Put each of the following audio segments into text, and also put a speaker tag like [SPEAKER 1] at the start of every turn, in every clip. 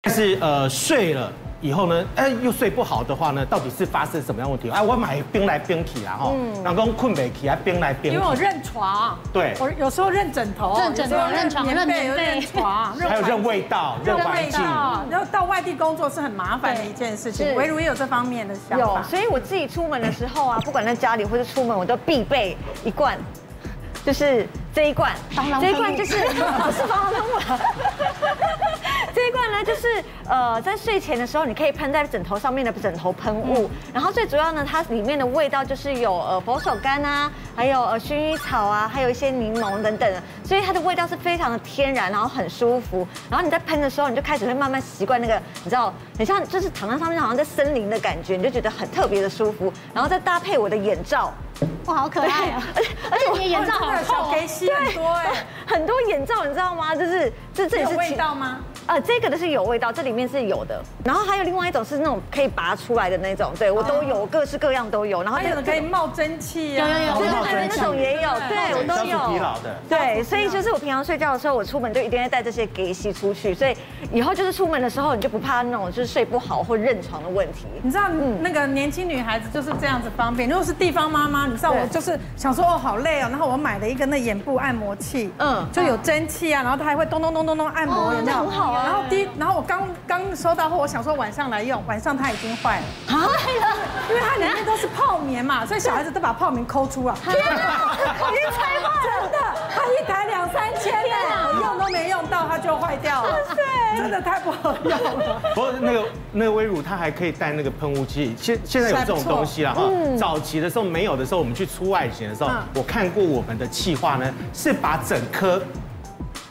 [SPEAKER 1] 但是呃睡了以后呢，哎又睡不好的话呢，到底是发生什么样问题？哎，我买冰来冰去啦吼，然后困不起啊，冰来冰
[SPEAKER 2] 嗯因
[SPEAKER 1] 去
[SPEAKER 2] 为。我认床，
[SPEAKER 1] 对
[SPEAKER 2] 我有时候认枕头，
[SPEAKER 3] 认枕头
[SPEAKER 2] 有时候
[SPEAKER 3] 认床
[SPEAKER 2] 棉被，
[SPEAKER 3] 认棉被
[SPEAKER 2] 认床，
[SPEAKER 1] 还有认
[SPEAKER 2] 环
[SPEAKER 1] 味道、
[SPEAKER 2] 境
[SPEAKER 1] 认环
[SPEAKER 2] 味
[SPEAKER 1] 境，
[SPEAKER 2] 道，然后到外地工作是很麻烦的一件事情。
[SPEAKER 4] 是
[SPEAKER 2] 唯如也有这方面的想
[SPEAKER 4] 有
[SPEAKER 2] 法，，
[SPEAKER 4] 所以我自己出门的时候啊，不管在家里或者出门，我都必备一罐，就是这一罐，这一罐就是不 是防狼喷雾啊。 这一罐呢，就是呃，在睡前的时候，你可以喷在枕头上面的枕头喷
[SPEAKER 3] 嗯
[SPEAKER 4] 雾。然后最主要呢，它里面的味道就是有呃佛手柑啊，还有呃薰衣草啊，还有一些柠檬等等的，所以它的味道是非常的天然，然后很舒服。然后你在喷的时候，你就开始会慢慢习惯那个，你知道，很像就是躺在上面，好像在森林的感觉，你就觉得很特别的舒服。然后再搭配我的眼罩，
[SPEAKER 3] 哇，好可爱啊！而且你的眼罩好
[SPEAKER 2] 小
[SPEAKER 3] 厚哦，
[SPEAKER 2] 黑吸很多哎，
[SPEAKER 4] 很多眼罩你知道吗？就是这这也
[SPEAKER 2] 有
[SPEAKER 4] 是
[SPEAKER 2] 味
[SPEAKER 4] 其
[SPEAKER 2] 道吗？
[SPEAKER 4] 呃，这个的是有味道，这里面是有的。然后还有另外一种是那种可以拔出来的那种，对我都有，各式各样都哦有。然后
[SPEAKER 2] 还
[SPEAKER 4] 哎这
[SPEAKER 2] 有的
[SPEAKER 4] 个
[SPEAKER 2] 可以冒蒸汽啊，
[SPEAKER 3] 有有有
[SPEAKER 4] 对对
[SPEAKER 3] 我
[SPEAKER 4] 对，
[SPEAKER 3] 有
[SPEAKER 4] 那种也有，对我
[SPEAKER 1] 对消
[SPEAKER 4] 都
[SPEAKER 1] 除疲
[SPEAKER 4] 有。
[SPEAKER 1] 劳的。
[SPEAKER 4] 对，所以就是我平常睡觉的时候，我出门就一定会带这些给洗出去，所以以后就是出门的时候，你就不怕那种就是睡不好或认床的问题。
[SPEAKER 2] 你知道那个年轻女孩子就是这样子方便。如果是地方妈妈，你知道我就是想说哦好累哦，然后我买了一个那眼部按摩器，嗯
[SPEAKER 4] 嗯，
[SPEAKER 2] 就有蒸汽啊，然后它还会咚咚咚咚咚按摩，
[SPEAKER 3] 哦
[SPEAKER 2] 有没
[SPEAKER 3] 那
[SPEAKER 2] 有？
[SPEAKER 3] 很好啊
[SPEAKER 2] 然后第一，然后我刚刚收到后，我想说晚上来用，晚上它已经坏了，因为它里面都是泡棉嘛，所以小孩子都把泡棉抠 出来。
[SPEAKER 4] 你才
[SPEAKER 2] 真的，它一台两三千呢，我用都没用到，它就坏掉了。真的太不好用了。
[SPEAKER 1] 不过那个那个微乳，它还可以带那个喷雾器，现现在有这种东西了哈。早期的时候没有的时候，我们去出外景的时候
[SPEAKER 2] 嗯，
[SPEAKER 1] 我看过我们的企划呢，是把整颗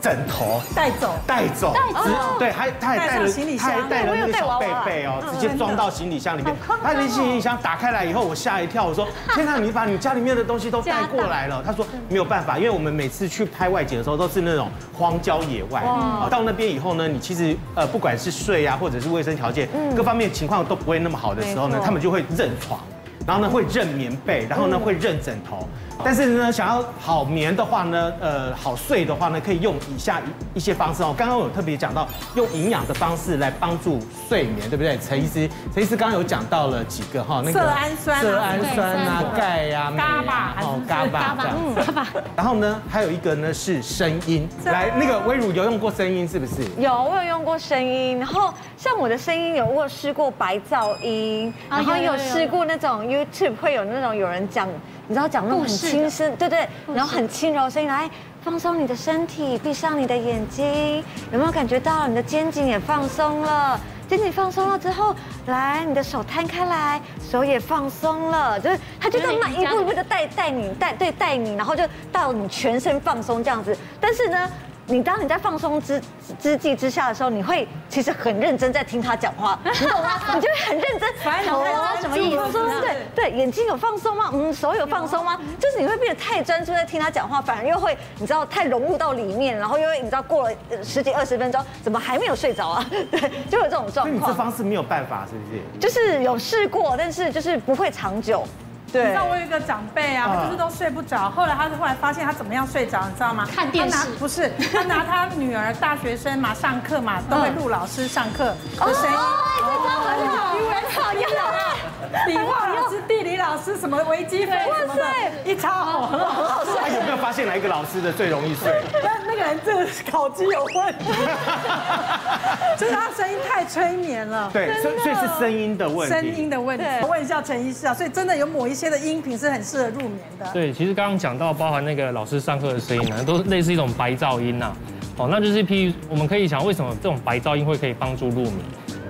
[SPEAKER 1] 枕头
[SPEAKER 2] 带走，
[SPEAKER 1] 带走，
[SPEAKER 3] 带走
[SPEAKER 1] 直对，还他还带
[SPEAKER 2] 带上
[SPEAKER 1] 了
[SPEAKER 2] 行李，
[SPEAKER 1] 他
[SPEAKER 2] 箱
[SPEAKER 1] 还带了那个小贝贝哦，直接装到行李箱里面。他的行李箱打开来以后，我吓一跳，我说：“天哪，你把你家里面的东西都带过来了？”他说：“没有办法，因为我们每次去拍外景的时候都是那种荒郊野外，哦到那边以后呢，你其实呃不管是睡啊，或者是卫生条件，各方面情况都不会那么好的时候呢
[SPEAKER 4] 没，错
[SPEAKER 1] 他们就会认床。”然后呢，会认棉被，然后呢，会认枕头。但是呢，想要好眠的话呢，呃，好睡的话呢，可以用以下一一些方式哦。刚刚我有特别讲到用营养的方式来帮助睡眠，对不对？陈医师，陈医师刚刚有讲到了几个哈，那
[SPEAKER 2] 色氨酸啊
[SPEAKER 1] 色氨酸啊
[SPEAKER 3] 对色氨酸，
[SPEAKER 1] 钙呀、镁
[SPEAKER 2] 伽
[SPEAKER 1] 啊
[SPEAKER 2] 巴
[SPEAKER 1] 哦，伽
[SPEAKER 3] 爸
[SPEAKER 1] 巴这
[SPEAKER 3] 爸
[SPEAKER 1] 样。，
[SPEAKER 3] 爸爸，
[SPEAKER 1] 然后呢，还有一个呢是声音，
[SPEAKER 2] 声
[SPEAKER 1] 来，那个微乳有用过声音是不是？
[SPEAKER 4] 有，我有用过声音，然后像我的声音有我有试过白噪音，
[SPEAKER 3] 啊
[SPEAKER 4] 然后
[SPEAKER 3] 有有
[SPEAKER 4] 有
[SPEAKER 3] 有
[SPEAKER 4] 试过那种 YouTube 会有那种有人讲，你知道讲那种很
[SPEAKER 3] 故事的
[SPEAKER 4] 轻声，对对，然后很轻柔的声音来。放松你的身体，闭上你的眼睛，有没有感觉到你的肩颈也放松了？肩颈放松了之后，来，你的手摊开来，手也放松了，就是它就这样慢
[SPEAKER 3] 有点瑜
[SPEAKER 4] 一
[SPEAKER 3] 伽
[SPEAKER 4] 步一步的带带你带对带你，然后就到你全身放松这样子。但是呢，你当你在放松之之际之下的时候，你会其实很认真在听他讲话，你懂吗？ 你就会很认真，啊
[SPEAKER 2] 烦恼
[SPEAKER 3] 他什么意思
[SPEAKER 4] 放松
[SPEAKER 3] 呢
[SPEAKER 4] 对对，眼睛有放松吗？嗯，手有嗯放松吗？就是你会变得太专注在听他讲话，反而又会你知道太融入到里面，然后又会你知道过了呃十几二十分钟，怎么还没有睡着啊？ 对，就有这种
[SPEAKER 1] 所以
[SPEAKER 4] 状
[SPEAKER 1] 你这
[SPEAKER 4] 况。
[SPEAKER 1] 方式没有办法，是不是？
[SPEAKER 4] 就是有试过，但是就是不会长久。
[SPEAKER 2] 你
[SPEAKER 4] 对
[SPEAKER 2] 知道，我有一个长辈啊，
[SPEAKER 1] 嗯
[SPEAKER 2] 他就是都睡不着。后来他后来发现他怎么样睡着，你知道吗？
[SPEAKER 3] 看电视
[SPEAKER 2] 他拿不是，他拿他女儿大学生嘛上课嘛，都会录老师上课的声音。
[SPEAKER 3] 哦哎
[SPEAKER 2] 理化老师、地理老师什么微积分什么的，一抄好很好笑。
[SPEAKER 1] 还哎有没有发现哪一个老师的最容易睡？
[SPEAKER 2] 那那个人这个考级有问题，就是他声音太催眠了。
[SPEAKER 1] 对，所以所以是声音的问题。
[SPEAKER 2] 声音的问题
[SPEAKER 4] 对，
[SPEAKER 2] 我问一下陈医师啊，所以真的有某一些的音频是很适合入眠的。
[SPEAKER 5] 对，其实刚刚讲到包含那个老师上课的声音呢、啊都类似一种白噪音呐、哦，那就是譬如我们可以想，为什么这种白噪音会可以帮助入眠？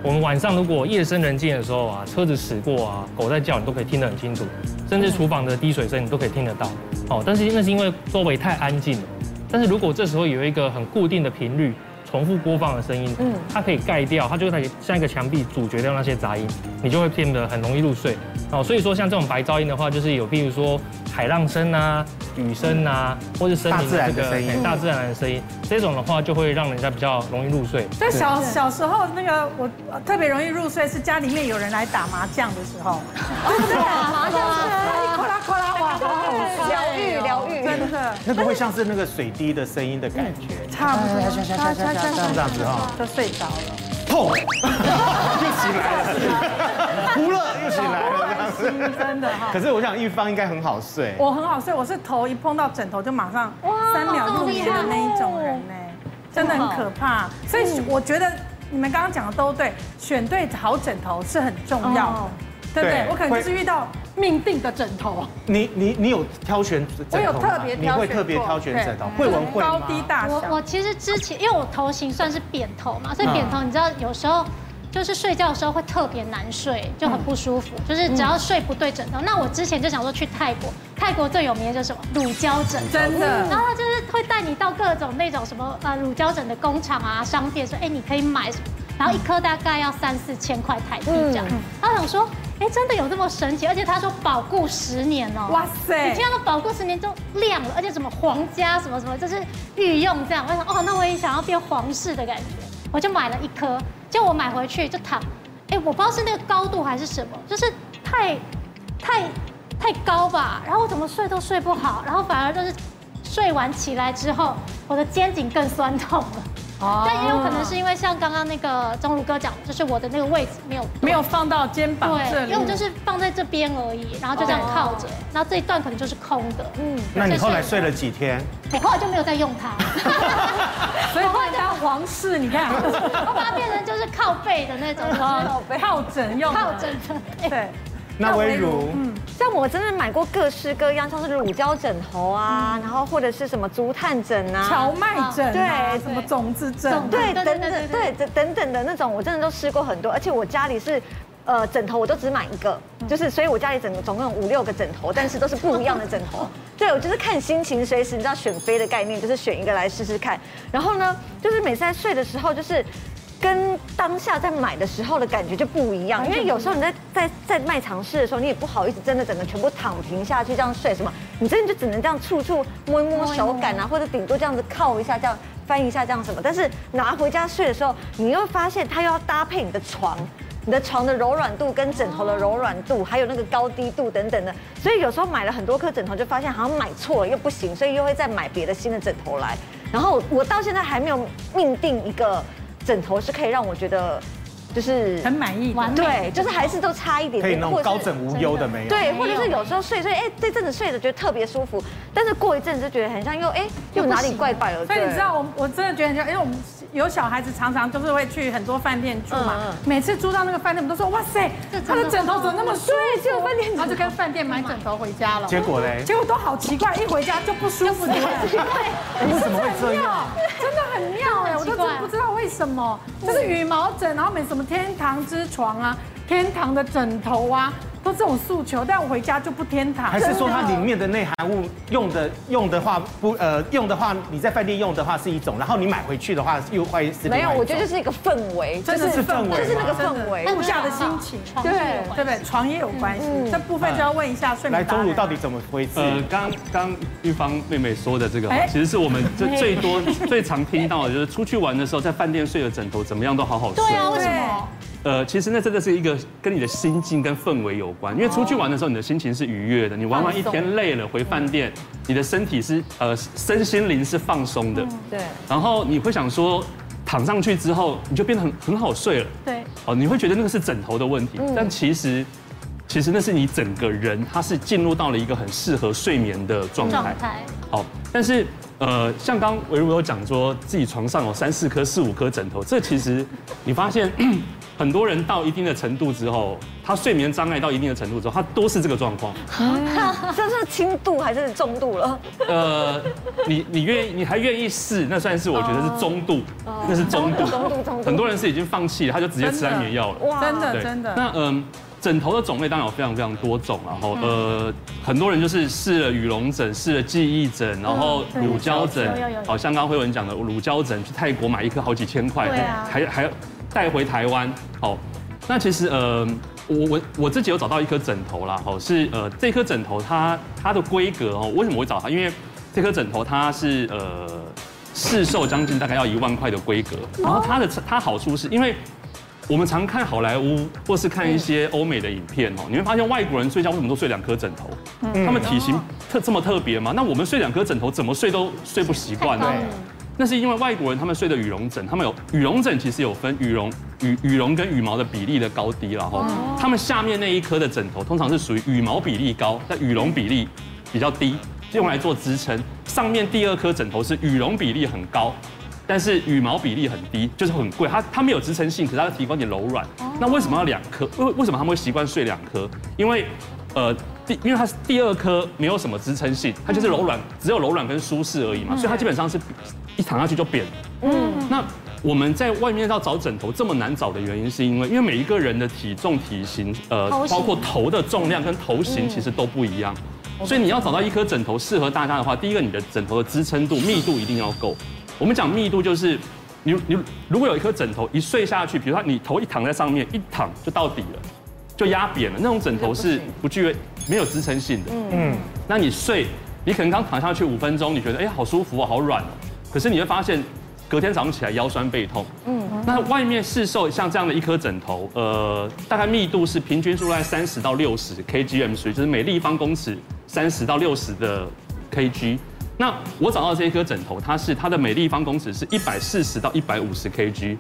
[SPEAKER 5] 我们晚上如果夜深人静的时候啊，车子驶过啊，狗在叫，你都可以听得很清楚，甚至厨房的滴水声你都可以听得到。哦，但是那是因为周围太安静了。但是如果这时候有一个很固定的频率，重复播放的声音，它可以盖掉，它就可以像一个墙壁阻绝掉那些杂音，你就会变得很容易入睡。哦，所以说像这种白噪音的话，就是有譬如说海浪声啊、雨声啊，或是森林
[SPEAKER 1] 大自
[SPEAKER 5] 的这
[SPEAKER 1] 然的
[SPEAKER 5] 个
[SPEAKER 1] 声音
[SPEAKER 5] 哎大自然的声音，这种的话就会让人家比较容易入睡。
[SPEAKER 2] 所以小小时候那个我呃特别容易入睡，是家里面有人来打麻将的时候，
[SPEAKER 3] 打麻将啊，
[SPEAKER 2] 哗啦哗啦哇，好好笑，
[SPEAKER 4] 疗愈疗愈。
[SPEAKER 2] 真的
[SPEAKER 1] 那个会像是那个水滴的声音的感觉，
[SPEAKER 2] 差不多，
[SPEAKER 1] 这样子哈。
[SPEAKER 2] 就睡着了。
[SPEAKER 1] 痛， 又起来了，哭了又起来了，这样子
[SPEAKER 2] 心真 的哈
[SPEAKER 1] 可是我想玉芳应该很好睡，
[SPEAKER 2] 我很好睡，我是头一碰到枕头就马上三秒入眠的那一种人呢，真的很可怕。所以我觉得你们刚刚讲的都对，选对好枕头是很重要的
[SPEAKER 3] 哦，
[SPEAKER 2] 对不对
[SPEAKER 1] 对？
[SPEAKER 2] 我可能就是遇到命定的枕头，
[SPEAKER 1] 你你你有挑选枕头吗
[SPEAKER 2] 我有特别
[SPEAKER 1] 你
[SPEAKER 2] 挑选过，
[SPEAKER 1] 会特别挑选枕头，
[SPEAKER 2] 对
[SPEAKER 1] 会文会吗
[SPEAKER 2] 高低大小
[SPEAKER 3] 我。我其实之前因为我头型算是扁头嘛，所以扁头
[SPEAKER 2] 嗯
[SPEAKER 3] 你知道有时候就是睡觉的时候会特别难睡，就很不舒
[SPEAKER 2] 嗯
[SPEAKER 3] 服，就是只要睡不对枕头。那我之前就想说去泰国，泰国最有名的就是什么乳胶枕头，嗯
[SPEAKER 2] 真的
[SPEAKER 3] 然后他就是会带你到各种那种什么呃乳胶枕的工厂啊、商店，说哎你可以买什么，然后一颗大概要三四千块台币这
[SPEAKER 2] 嗯
[SPEAKER 3] 样。然后想说，哎真的有这么神奇，而且他说保固十年哦，
[SPEAKER 2] 哇塞
[SPEAKER 3] 你听到那保护十年就亮了，而且什么皇家什么什么，就是御用这样。我想，哦，那我也想要变皇室的感觉，我就买了一颗。结果我买回去就躺，哎，我不知道是那个高度还是什么，就是太太太高吧，然后我怎么睡都睡不好，然后反而就是睡完起来之后，我的肩颈更酸痛了。
[SPEAKER 2] 哦
[SPEAKER 3] 但也有可能是因为像刚刚那个钟如哥讲，就是我的那个位置没有
[SPEAKER 2] 没有放到肩膀这
[SPEAKER 3] 对，
[SPEAKER 2] 里，哦
[SPEAKER 3] 因为我就是放在这边而已，然后就这样靠着，然后这一段可能就是空的。嗯，
[SPEAKER 1] 那你后来睡了几天？
[SPEAKER 3] 我后来就没有再用 它，
[SPEAKER 2] 所以换当皇室，你 看，
[SPEAKER 3] 我把它变成就是靠背的那种，就是
[SPEAKER 2] 靠枕用的
[SPEAKER 3] 靠枕的。
[SPEAKER 2] 对。
[SPEAKER 1] 那微如，
[SPEAKER 2] 嗯
[SPEAKER 4] 像我真的买过各式各样，像是乳胶枕头啊，然后或者是什么竹炭枕啊，
[SPEAKER 2] 荞麦枕啊，
[SPEAKER 4] 对
[SPEAKER 2] 什么种子枕啊，
[SPEAKER 4] 对，
[SPEAKER 3] 对
[SPEAKER 4] 等
[SPEAKER 3] 对
[SPEAKER 4] 等
[SPEAKER 3] 对对
[SPEAKER 4] 对等等等的那种，我真的都试过很多，而且我家里是。呃，枕头我都只买一个，就是所以我家里整个总共有五六个枕头，但是都是不一样的枕 头。对，我就是看心情，随时你知道选妃的概念，就是选一个来试试看。然后呢，就是每次在睡的时候，就是跟当下在买的时候的感觉就不一样，因为有时候你在在在卖场试的时候，你也不好意思真的整个全部躺平下去这样睡什么，你真的就只能这样处处摸一摸
[SPEAKER 3] 摸一摸
[SPEAKER 4] 手感啊，或者顶多这样子靠一下这样。翻一下这样什么，但是拿回家睡的时候，你又发现它又要搭配你的床。你的床的柔软度跟枕头的柔软度，还有那个高低度等等的，所以有时候买了很多颗枕头，就发现好像买错了又不行，所以又会再买别的新的枕头来。然后我到现在还没有命定一个枕头是可以让我觉得就是
[SPEAKER 2] 很满意的。
[SPEAKER 3] 完
[SPEAKER 4] 对，就是还是都差一点
[SPEAKER 1] 可以
[SPEAKER 4] 点，
[SPEAKER 1] 那种
[SPEAKER 4] 或者
[SPEAKER 1] 高
[SPEAKER 4] 是
[SPEAKER 1] 枕无忧的没有？
[SPEAKER 4] 对，或者是有时候睡睡，哎，这阵子睡着觉得特别舒服，但是过一阵子就觉得很像又哎又哪里怪怪了。
[SPEAKER 2] 所以你
[SPEAKER 4] 对
[SPEAKER 2] 知道我我真的觉得很像，因为我们有小孩子常常就是会去很多饭店住嘛
[SPEAKER 4] 嗯嗯，
[SPEAKER 2] 每次住到那个饭店，我们都说哇塞
[SPEAKER 3] 这，
[SPEAKER 2] 他
[SPEAKER 3] 真的
[SPEAKER 2] 的枕头怎么那么舒服？结果饭店，然后就跟饭店买枕头回家了，
[SPEAKER 1] 结果嘞？
[SPEAKER 2] 结果都好奇怪，一回家就不舒服了。
[SPEAKER 1] 哎为什么会这样？
[SPEAKER 2] 真的很妙哎，我都真的不知道为什么，就是羽毛枕，然后没什么天堂之床啊，天堂的枕头啊，都这种诉求，但我回家就不天堂。
[SPEAKER 1] 还是说它里面的内含物用的用的话不呃用的话，你在饭店用的话是一种，然后你买回去的话又换是另外
[SPEAKER 4] 没
[SPEAKER 1] 一
[SPEAKER 4] 有，
[SPEAKER 1] 种
[SPEAKER 4] 我觉得就是一个氛围，
[SPEAKER 2] 真的
[SPEAKER 1] 是氛围吗
[SPEAKER 4] 就是那个氛围。
[SPEAKER 2] 度假的心情，
[SPEAKER 3] 床是有关系
[SPEAKER 2] 对不对？床也有关系，这部分就要问一下睡眠
[SPEAKER 1] 嗯来
[SPEAKER 2] 达
[SPEAKER 1] 中
[SPEAKER 2] 人
[SPEAKER 1] 乳到底怎么回事？
[SPEAKER 6] 呃，刚刚玉芳妹妹说的这个
[SPEAKER 2] 哎，
[SPEAKER 6] 其实是我们这最多、 最常听到的，就是出去玩的时候，在饭店睡的枕头怎么样都好好睡。
[SPEAKER 3] 对啊，为什么？
[SPEAKER 6] 呃，其实那真的是一个跟你的心境跟氛围有关，因
[SPEAKER 3] 哦
[SPEAKER 6] 为出去玩的时候，你的心情是愉悦的，你玩完一天累了，回饭店，你的身体是呃身心灵是放松
[SPEAKER 3] 嗯
[SPEAKER 6] 的，
[SPEAKER 4] 对，
[SPEAKER 6] 然后你会想说，躺上去之后你就变得很很好睡了。
[SPEAKER 3] 对，
[SPEAKER 6] 哦，你会觉得那个是枕头的问题，但其实，其实那是你整个人，他是进入到了一个很适合睡眠的状
[SPEAKER 3] 状
[SPEAKER 6] 态。
[SPEAKER 3] 态。
[SPEAKER 6] 好，但是呃，像刚维如有讲说自己床上有三四颗、四五颗枕头，这其实你发现 很多人到一定的程度之后，他睡眠障碍到一定的程度之后，他都是这个状况。
[SPEAKER 4] 这是轻度还是重 度了？
[SPEAKER 6] 呃，你你愿意，你还愿意试，那算是我觉得是中度，那是中度。
[SPEAKER 4] 中度中度
[SPEAKER 6] 很多人是已经放弃了，他就直接吃安眠药了。
[SPEAKER 4] 哇
[SPEAKER 2] 真的
[SPEAKER 6] 对，
[SPEAKER 2] 真的，
[SPEAKER 6] 那嗯、枕头的种类当然有非常非常多种，然
[SPEAKER 3] 嗯
[SPEAKER 6] 后呃，很多人就是试了羽绒枕，试了记忆枕，然后
[SPEAKER 3] 嗯
[SPEAKER 6] 乳胶枕
[SPEAKER 3] 有有有有，
[SPEAKER 6] 好像刚刚慧文讲的乳胶枕，去泰国买一颗好几千块
[SPEAKER 3] 对啊，
[SPEAKER 6] 还还带回台湾。好，那其实呃。我我我自己有找到一颗枕头啦，好是呃这颗枕头它它的规格哦，为什么我会找它？因为这颗枕头它是呃市售将近大概要一万块的规格，然后它的它好处是因为我们常看好莱坞或是看一些欧美的影片哦，你会发现外国人睡觉为什么都睡两颗枕头？他们体型特这么特别吗？那我们睡两颗枕头怎么睡都睡不习惯呢
[SPEAKER 3] 太高了？
[SPEAKER 6] 那是因为外国人他们睡的羽绒枕，他们有羽绒枕其实有分羽绒羽羽绒跟羽毛的比例的高低了哈。它们下面那一颗的枕头通常是属于羽毛比例高，但羽绒比例比较低，用来做支撑。上面第二颗枕头是羽绒比例很高。但是羽毛比例很低，就是很贵，它它没有支撑性，可是它提供一点柔软。那为什么要两颗？为为什么他们会习惯睡两颗？因为，呃，第因为它是第二颗没有什么支撑性，它就是柔软，只有柔软跟舒适而已嘛，所以它基本上是一躺下去就扁。嗯，那我们在外面要找枕头这么难找的原因，是因为因为每一个人的体重、体型，呃
[SPEAKER 3] 头，型嗯
[SPEAKER 6] 包括头的重量跟头型其实都不一样。所以你要找到一颗枕头适合大家的话，第一个你的枕头的支撑度、密度一定要够。我们讲密度就是，你你如果有一颗枕头一睡下去，比如说你头一躺在上面，一躺就到底了，就压扁了，那种枕头是不具没有支撑性的。
[SPEAKER 1] 嗯，
[SPEAKER 6] 那你睡，你可能刚躺下去五分钟，你觉得哎、好舒服啊，好软哦、可是你会发现隔天早上起来腰酸背痛。嗯，那外面市售像这样的一颗枕头，呃，大概密度是平均数在三十到六十 kgm 所以就是每立方公尺三十到六十的 kg。那我找到这一颗枕头，它是它的每立方公尺是一百四十到一百五十 kg，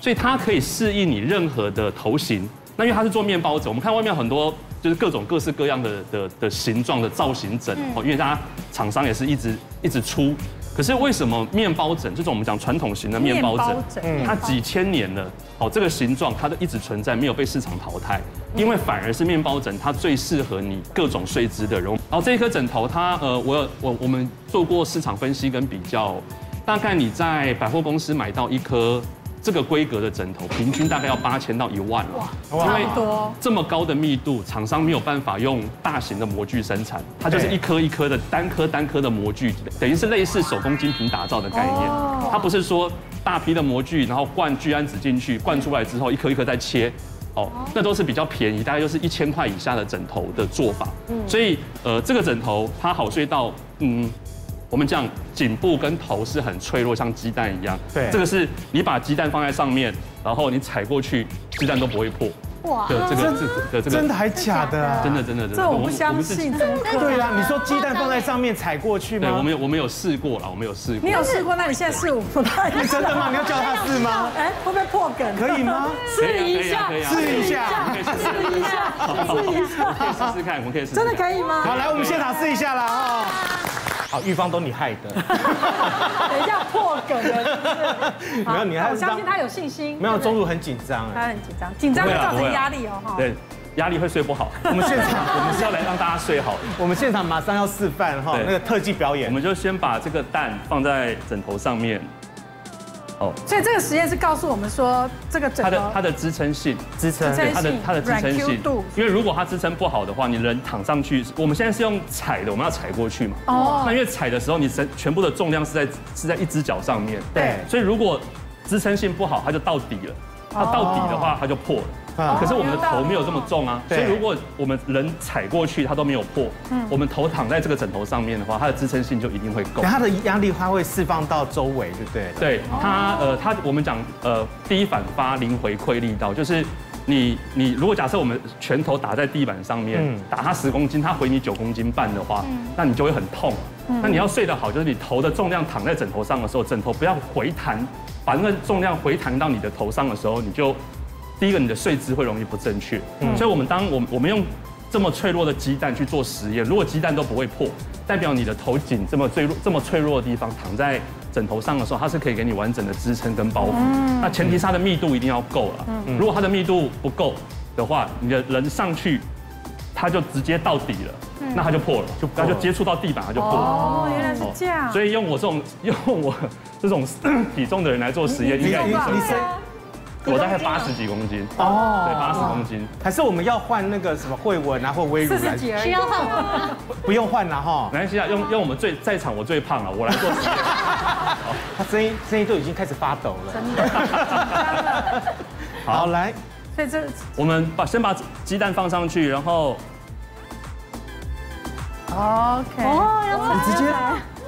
[SPEAKER 6] 所以它可以适应你任何的头型。那因为它是做面包枕，我们看外面很多就是各种各式各样的的的形状的造型枕哦，因为大家厂商也是一直一直出。可是为什么面包枕这种我们讲传统型的面包枕，
[SPEAKER 2] 枕
[SPEAKER 6] 它几千年了，哦，这个形状它都一直存在，没有被市场淘汰，
[SPEAKER 2] 嗯
[SPEAKER 6] 因为反而是面包枕它最适合你各种睡姿的人。然后这一颗枕头它，呃，我有我我们做过市场分析跟比较，大概你在百货公司买到一颗这个规格的枕头，平均大概要八千到一万了。
[SPEAKER 1] 哇，
[SPEAKER 2] 差不多。
[SPEAKER 6] 这么高的密度，厂商没有办法用大型的模具生产，它就是一颗一颗的单颗单颗的模具，等于是类似手工精品打造的概念。它不是说大批的模具，然后灌聚氨酯进去，灌出来之后一颗一颗再切。哦，那都是比较便宜，大概就是一千块以下的枕头的做法。所以呃，这个枕头它好睡到嗯。我们讲颈部跟头是很脆弱，像鸡蛋一样。
[SPEAKER 1] 对
[SPEAKER 6] 这个是你把鸡蛋放在上面，然后你踩过去，鸡蛋都不会破。
[SPEAKER 3] 哇，
[SPEAKER 6] 的啊这个这的这个
[SPEAKER 1] 真的还假的啊？
[SPEAKER 6] 真的真的真的，
[SPEAKER 2] 这我不
[SPEAKER 6] 们
[SPEAKER 2] 相。信，
[SPEAKER 6] 们
[SPEAKER 2] 怎么可能？
[SPEAKER 1] 对啦，你说鸡蛋放在上面踩过去
[SPEAKER 6] 是对，
[SPEAKER 1] 吗？
[SPEAKER 6] 我们有我们有试过了，我们有试过
[SPEAKER 2] 你。 有试过？那你现在试我不太
[SPEAKER 1] 你真的吗？你要叫他是吗？
[SPEAKER 2] 哎，会不会破梗？
[SPEAKER 1] 可以 吗？
[SPEAKER 6] 试一下，可以啊可以啊
[SPEAKER 1] 试一下，
[SPEAKER 6] 可以试试一下，试一下，可以试试看，我们可以试试看。
[SPEAKER 2] 真的可以吗？
[SPEAKER 1] 好，来我们现场试一下啦
[SPEAKER 2] 啊
[SPEAKER 1] 哦。好，玉芳都你害的，
[SPEAKER 2] 等一下破梗了，是不 是
[SPEAKER 1] 没有你还
[SPEAKER 2] 好
[SPEAKER 1] 是
[SPEAKER 2] 我相
[SPEAKER 1] 当
[SPEAKER 2] 信他有信心。
[SPEAKER 1] 没有
[SPEAKER 2] 对
[SPEAKER 1] 钟
[SPEAKER 2] 不
[SPEAKER 1] 如很紧张
[SPEAKER 2] 对
[SPEAKER 1] 哎。
[SPEAKER 2] 他很紧张，紧张
[SPEAKER 6] 不
[SPEAKER 2] 会
[SPEAKER 6] 会啦
[SPEAKER 2] 造
[SPEAKER 6] 不会
[SPEAKER 2] 成
[SPEAKER 6] 啦
[SPEAKER 2] 压力哦，哈。
[SPEAKER 6] 对，压力会 睡不好，
[SPEAKER 1] 我们现场，
[SPEAKER 6] 我们是要来让大家睡好的。
[SPEAKER 1] 我们现场马上要示范哈
[SPEAKER 6] 对
[SPEAKER 1] 那个特技表
[SPEAKER 6] 我
[SPEAKER 1] 演。
[SPEAKER 6] 们就先把这个蛋放在枕头上面，哦，
[SPEAKER 2] 所以这个实验是告诉我们说，这个枕
[SPEAKER 6] 它的
[SPEAKER 2] 头
[SPEAKER 6] 它的支撑性，
[SPEAKER 1] 支撑
[SPEAKER 2] 支撑
[SPEAKER 6] 对它的它的支撑
[SPEAKER 2] 软 Q
[SPEAKER 6] 性
[SPEAKER 2] 度，
[SPEAKER 6] 因为如果它支撑不好的话，你人躺上去，我们现在是用踩的，我们要踩过去嘛。
[SPEAKER 2] 哦
[SPEAKER 6] 那因为踩的时候，你全全部的重量是在是在一只脚上面，
[SPEAKER 1] 对
[SPEAKER 6] 所以如果支撑性不好，它就到底了。它到底的话，它就破
[SPEAKER 1] 嗯
[SPEAKER 6] 了。可是我们的头没有这么重啊，
[SPEAKER 1] 对嗯
[SPEAKER 6] 所以如果我们人踩过去，它都没有破，我们头躺在这个枕头上面的话，它的支撑性就一定会够
[SPEAKER 1] 等。它的压力它会释放到周围，对不对？
[SPEAKER 6] 对它，呃，它我们讲，呃，第一反发零回馈力道，就是你你如果假设我们拳头打在地板上面，
[SPEAKER 1] 嗯
[SPEAKER 6] 打它十公斤，它回你九公斤半的话，那你就会很痛。那你要睡得好，就是你头的重量躺在枕头上的时候，枕头不要回弹，把那个重量回弹到你的头上的时候，你就第一个你的睡姿会容易不正确。所以我们当我们我们用这么脆弱的鸡蛋去做实验，如果鸡蛋都不会破，代表你的头颈这么脆弱这么脆弱的地方躺在枕头上的时候，它是可以给你完整的支撑跟包覆。那前提是它的密度一定要够了。如果它的密度不够的话，你的人上去，它就直接到底了，那它就破了，就它就接触到地板，它就破了。
[SPEAKER 2] 哦，原来是这样。
[SPEAKER 6] 所
[SPEAKER 2] 以
[SPEAKER 6] 以用我这种用我这种 体重的人来做实验，应
[SPEAKER 1] 你
[SPEAKER 6] 该已经
[SPEAKER 1] 你你身
[SPEAKER 2] 啊
[SPEAKER 6] 我大概八十几公斤，对，
[SPEAKER 1] 哦，
[SPEAKER 6] 八十公斤。
[SPEAKER 1] 还是我们要换那个什么惠文啊，或微乳
[SPEAKER 2] 四
[SPEAKER 1] 来
[SPEAKER 2] 十，几而
[SPEAKER 3] 需
[SPEAKER 2] 已
[SPEAKER 3] 要。换我吗？
[SPEAKER 1] 不用换了哈。
[SPEAKER 6] 没关系啊，用用我们最在场我最胖了，啊我来做实验。
[SPEAKER 1] 他声音声音都已经开始发抖了，真的。 好，来，
[SPEAKER 2] 所以这
[SPEAKER 6] 我们把先把鸡蛋放上去，然后
[SPEAKER 2] OK，
[SPEAKER 4] 哦，要
[SPEAKER 1] 你
[SPEAKER 4] 踩
[SPEAKER 1] 直接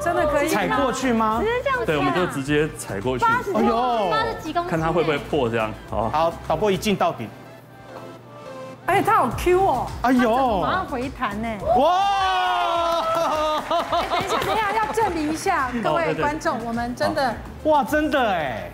[SPEAKER 2] 真的可以吗
[SPEAKER 1] 踩过去吗？
[SPEAKER 4] 这样
[SPEAKER 6] 对，我们就直接踩过去，
[SPEAKER 1] 哎呦
[SPEAKER 3] 八十几公斤，欸
[SPEAKER 6] 看它会不会破这样。好，
[SPEAKER 1] 好，导播一镜到底。
[SPEAKER 2] 而且它好 Q 哦，
[SPEAKER 1] 哎呦，
[SPEAKER 2] 马上回弹呢。
[SPEAKER 1] 哇，
[SPEAKER 2] 等一下，等一下，要证明一下各
[SPEAKER 6] 哦
[SPEAKER 2] 位
[SPEAKER 6] 对对
[SPEAKER 2] 观众，我们真的
[SPEAKER 1] 哇，真的哎，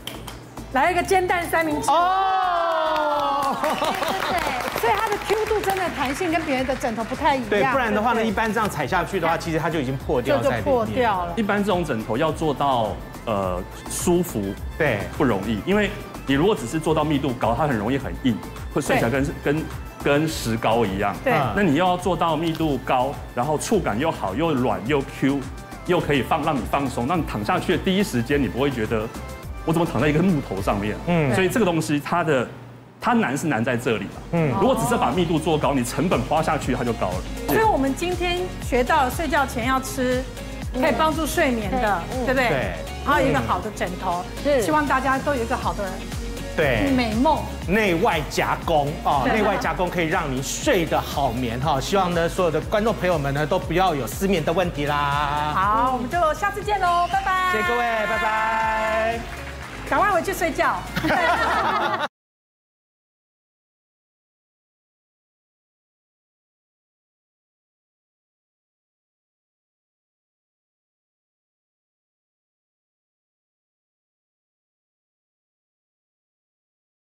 [SPEAKER 2] 来一个煎蛋三明治。
[SPEAKER 1] 哦。
[SPEAKER 3] 对，
[SPEAKER 2] 所以它的 Q 度真的弹性跟别人的枕头不太一样。
[SPEAKER 1] 对，不然的话呢，
[SPEAKER 2] 对
[SPEAKER 1] 一
[SPEAKER 2] 不
[SPEAKER 1] 般这样踩下去的话，其实它就已经破
[SPEAKER 2] 对
[SPEAKER 1] 掉
[SPEAKER 2] 这就
[SPEAKER 1] 在里面。
[SPEAKER 2] 破。掉了。
[SPEAKER 6] 一般这种枕头要做到呃舒服
[SPEAKER 1] 对，
[SPEAKER 6] 不容易，因为你如果只是做到密度高，它很容易很硬，会睡起来跟跟跟石膏一样。
[SPEAKER 2] 对，
[SPEAKER 1] 嗯
[SPEAKER 6] 那你又要做到密度高，然后触感又好，又软又 Q，又可以放让你放松，让你躺下去的第一时间你不会觉得我怎么躺在一个木头上面。
[SPEAKER 1] 嗯
[SPEAKER 6] 嗯，所以这个东西它的它难是难在这里了。
[SPEAKER 1] 嗯
[SPEAKER 6] 嗯，如果只是把密度做高，你成本花下去它就高了。
[SPEAKER 2] 所以我们今天学到了睡觉前要吃。可以帮助睡眠的，对不对？
[SPEAKER 1] 嗯对嗯
[SPEAKER 2] 还有一个好的枕头，
[SPEAKER 4] 是
[SPEAKER 2] 希望大家都有一个好的
[SPEAKER 1] 对。
[SPEAKER 2] 美梦。
[SPEAKER 1] 内外夹攻哦，
[SPEAKER 2] 对
[SPEAKER 1] 内外夹攻可以让你睡得好眠哈、希望呢，所有的观众朋友们呢，都不要有失眠的问题啦。
[SPEAKER 2] 好，我们就下次见喽，拜拜。
[SPEAKER 1] 谢谢各位，拜拜。
[SPEAKER 2] 赶快回去睡觉。